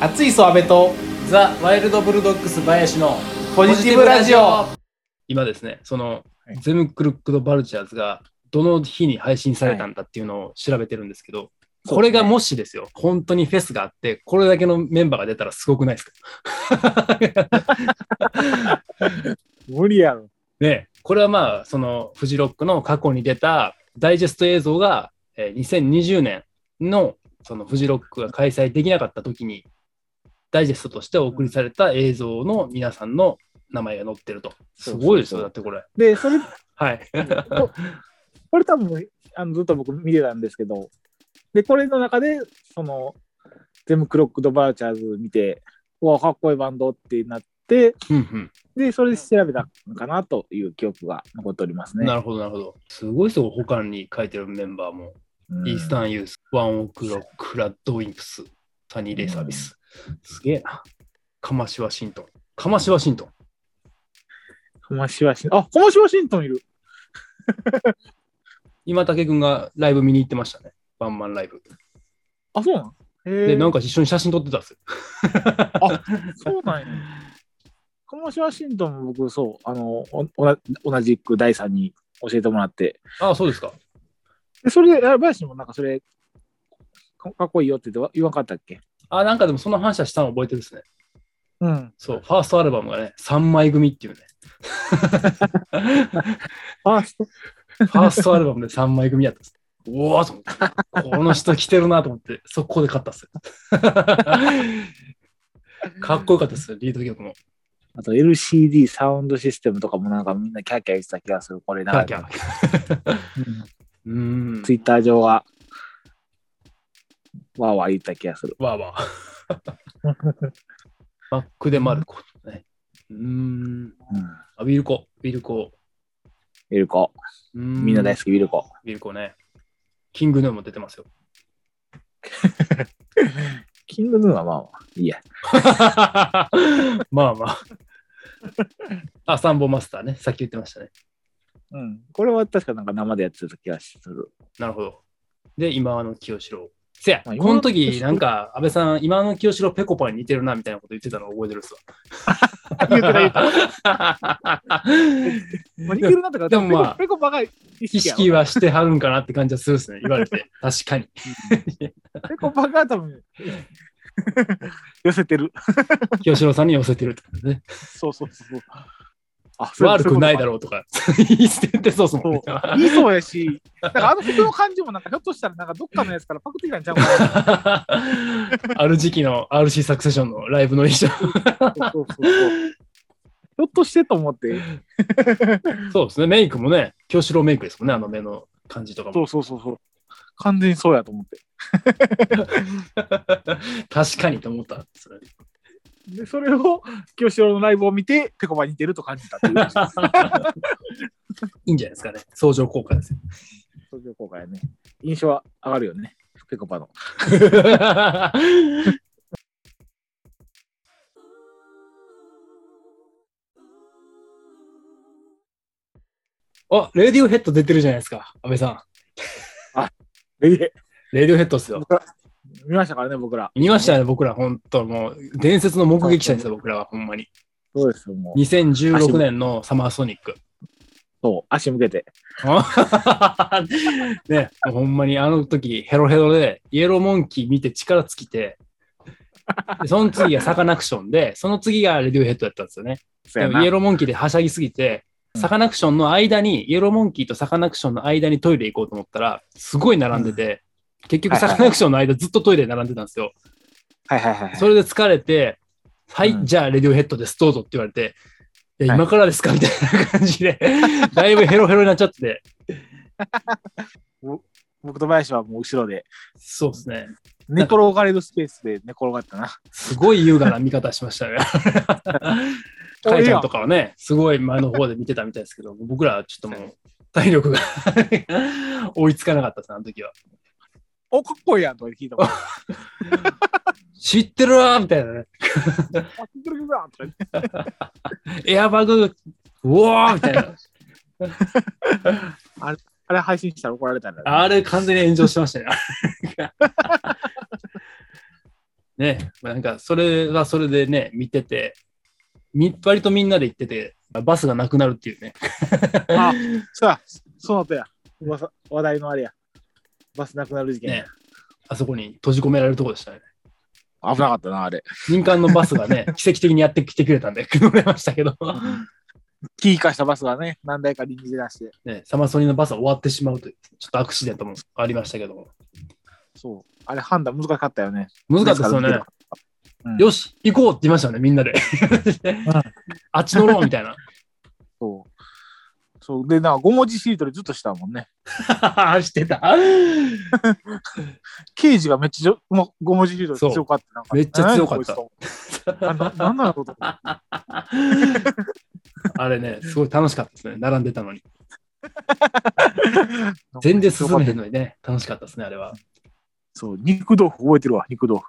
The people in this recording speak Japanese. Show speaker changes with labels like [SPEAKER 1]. [SPEAKER 1] 熱いソアベと
[SPEAKER 2] ザ・ワイルド・ブルドッグス林の
[SPEAKER 1] ポジティブラジオ
[SPEAKER 3] 今ですね、その、
[SPEAKER 1] はい
[SPEAKER 3] ゼム・クルックド・バルチャーズがどの日に配信されたんだっていうのを調べてるんですけど、これがもしですよ、本当にフェスがあって、これだけのメンバーが出たらすごくないですか
[SPEAKER 4] 無理やろ。
[SPEAKER 3] ねこれはまあ、そのフジロックの過去に出たダイジェスト映像が、えー2020年のそのフジロックが開催できなかった時に、ダイジェストとしてお送りされた映像の皆さんの名前が載ってると。す
[SPEAKER 4] そうそうそう
[SPEAKER 3] ごいですよ、だってこれ。
[SPEAKER 4] で、それ、
[SPEAKER 3] はい。
[SPEAKER 4] これ多分、あのずっと僕見てたんですけど、で、これの中で、その、ゼム・クロック・ド・バーチャーズ見て、うわ、かっこいいバンドってなって、
[SPEAKER 3] うんうん
[SPEAKER 4] で、それで調べたのかなという記憶が残っておりますね。
[SPEAKER 3] なるほど、なるほど。すごいですよ、他に書いてるメンバーも。
[SPEAKER 4] うん
[SPEAKER 3] イースタンユース、ワンオクロック、ラッドウィンプス、サニーレイサービス。すげえな。カマシワシントン。カマシワシントン。
[SPEAKER 4] コマシワシン、あ、コマシワシントンいる。
[SPEAKER 3] 今竹くんがライブ見に行ってましたね。ワンマンライブ。
[SPEAKER 4] あ、そうなんへ
[SPEAKER 3] で、
[SPEAKER 4] え
[SPEAKER 3] なんか一緒に写真撮ってたんですよ。
[SPEAKER 4] そうなんや。コマシワシントンも僕、そう、あの、おおな同じく第三に教えてもらって、
[SPEAKER 3] ああ、そうですか。
[SPEAKER 4] でそれで、あ林もなんかそれ、かかっこいいよって言って言わんかったっけ
[SPEAKER 3] ああ、なんかでもその話はしたの覚えてるですね。
[SPEAKER 4] うん。
[SPEAKER 3] そう、ファーストアルバムがね、3枚組っていうね。
[SPEAKER 4] あ、そう
[SPEAKER 3] ファーストアルバムで3枚組やったんです。おおと思って、この人来てるなと思って、速攻で買った っす。かっこよかったっすよ、リード曲も。
[SPEAKER 4] あと LCD サウンドシステムとかもなんかみんなキャーキャー言ってた気がする。これ
[SPEAKER 3] キャー
[SPEAKER 4] なん
[SPEAKER 3] キャ
[SPEAKER 4] か、
[SPEAKER 3] ー。うーん。
[SPEAKER 4] ツイッター上は、わーわー言った気がする。
[SPEAKER 3] わーわーバックでマルコ。ね、うーん。
[SPEAKER 4] うん。
[SPEAKER 3] あ、ウィルコ。ウィルコ。
[SPEAKER 4] ウィルコ。
[SPEAKER 3] うーん
[SPEAKER 4] みんな大好き、ウィルコ。
[SPEAKER 3] ウィルコね。キングヌーも出てますよ。
[SPEAKER 4] キングヌーはまあまあ、いいや。
[SPEAKER 3] まあまあ。あ、サンボマスターね。さっき言ってましたね。
[SPEAKER 4] うん。これは確かなんか生でやってた気がする。
[SPEAKER 3] なるほど。で、今の清志郎。せや、
[SPEAKER 4] まあ
[SPEAKER 3] この時、なんか、安倍さん、今の清志郎ペコパに似てるな、みたいなこと言ってたの覚えてるっすわ。
[SPEAKER 4] 言うて ない。まあ似てるなとか、
[SPEAKER 3] でもまあ
[SPEAKER 4] ペコペコバが意
[SPEAKER 3] 意
[SPEAKER 4] 識やろ
[SPEAKER 3] 識はしてはるんかなって感じはするっすね。言われて。確かに。
[SPEAKER 4] ペコバが多分寄せてる。
[SPEAKER 3] 清志郎さんに寄せてるってことね。
[SPEAKER 4] そうそうそう。あ
[SPEAKER 3] 悪くないだ
[SPEAKER 4] ろ
[SPEAKER 3] ろうとか。言い捨ててそうっすもんね。
[SPEAKER 4] 言いそうやし、なんかあの服の感じもなんかひょっとしたらなんかどっかのやつからパクってきたんちゃうかな。
[SPEAKER 3] ある時期の RC サクセションのライブの衣装。
[SPEAKER 4] そうそうそうひょっとしてと思って。
[SPEAKER 3] そうですね。メイクもね、清志郎メイクですもんね。あの目の感じとかも
[SPEAKER 4] そ。うそうそうそう。完全にそうやと思って。
[SPEAKER 3] 確かにと思ったんですね。
[SPEAKER 4] で、それを清志郎のライブを見て、ペコバに似てると感じたっていう
[SPEAKER 3] いいんじゃないですかね。相乗効果ですよ。
[SPEAKER 4] 東京公開やね。印象は上がるよね。ペコバの。
[SPEAKER 3] あ、レディオヘッド出てるじゃないですか、安倍さん。
[SPEAKER 4] え
[SPEAKER 3] レディオヘッドですよ。
[SPEAKER 4] 見ましたからね、僕ら。
[SPEAKER 3] 見ましたよね、僕ら、本当もう、伝説の目撃者ですよ、僕らは、ほんまに。
[SPEAKER 4] そうですよ、もう。
[SPEAKER 3] 2016年のサマーソニック。
[SPEAKER 4] そう、足向けて。
[SPEAKER 3] ね、もうほんまにあの時ヘロヘロで、イエローモンキー見て力尽きて、でその次がサカナクションで、その次がレディオヘッドだったんですよね。
[SPEAKER 4] そ
[SPEAKER 3] で
[SPEAKER 4] うや
[SPEAKER 3] も
[SPEAKER 4] な
[SPEAKER 3] イエローモンキーではしゃぎすぎて、
[SPEAKER 4] うん
[SPEAKER 3] サカナクションの間に、イエローモンキーとサカナクションの間にトイレ行こうと思ったら、すごい並んでて、結局
[SPEAKER 4] はい
[SPEAKER 3] サ
[SPEAKER 4] はい
[SPEAKER 3] カナクションの間ずっとトイレ並んでたんですよ。
[SPEAKER 4] はいはいはいはい。
[SPEAKER 3] それで疲れて、はい、
[SPEAKER 4] うん
[SPEAKER 3] じゃあレディオヘッドです、どうぞって言われて、いや、
[SPEAKER 4] はい
[SPEAKER 3] 今からですかみたいな感じで、 だいぶヘロヘロになっちゃってて、
[SPEAKER 4] 僕と林はもう後ろで、
[SPEAKER 3] そうですね。
[SPEAKER 4] 寝転がれるスペースで寝転がったな。
[SPEAKER 3] すごい優雅な見方しま したね。かいちゃんとかはね、すごい前の方で見てたみたいですけど、僕らはちょっともう体力が 追いつかなかったです、あの時は。
[SPEAKER 4] お、かっこいいやんとか聞いたもん。あ
[SPEAKER 3] 知ってるわーみたいなね。
[SPEAKER 4] 知ってる曲やんとか言って
[SPEAKER 3] エアバグ、うわーみたいな。
[SPEAKER 4] あれ配信したら怒られたんだね
[SPEAKER 3] あれ完全に炎上してましたね。 ね、まあなんかそれはそれでね、見てて、み割とみんなで行ってて、バスがなくなるっていうね。
[SPEAKER 4] あ、そうや、そうなったや。噂話題のあれや。バスなくなる事件。
[SPEAKER 3] ねあそこに閉じ込められるとこでしたね。
[SPEAKER 4] 危なかったな、あれ。
[SPEAKER 3] 民間のバスが ね、奇跡的にやってきてくれたんで、くれましたけど、
[SPEAKER 4] キー化したバスがね、何台か臨時出して。
[SPEAKER 3] ね、サマソニのバスは終わってしまうという、ちょっとアクシデントもありましたけど、
[SPEAKER 4] そう。あれ判断難しかったよね。
[SPEAKER 3] 難しかったですよね。
[SPEAKER 4] うん
[SPEAKER 3] よし、行こうって言いましたよね、みん なで。 あっち乗ろうみた いな。
[SPEAKER 4] そう。そう。で、なんか5文字しりとりずっとしたもんね。
[SPEAKER 3] してた。
[SPEAKER 4] 刑事がめっちゃ5文字しりとり強かった。なんか
[SPEAKER 3] めっちゃ強かった
[SPEAKER 4] 何やこいつとあななんなのと思って
[SPEAKER 3] あれね、すごい楽しかったですね、並んでたのに。全然進めへんのにね、楽しかったですね、あれは。
[SPEAKER 4] そう。肉豆腐覚えてるわ、肉豆腐。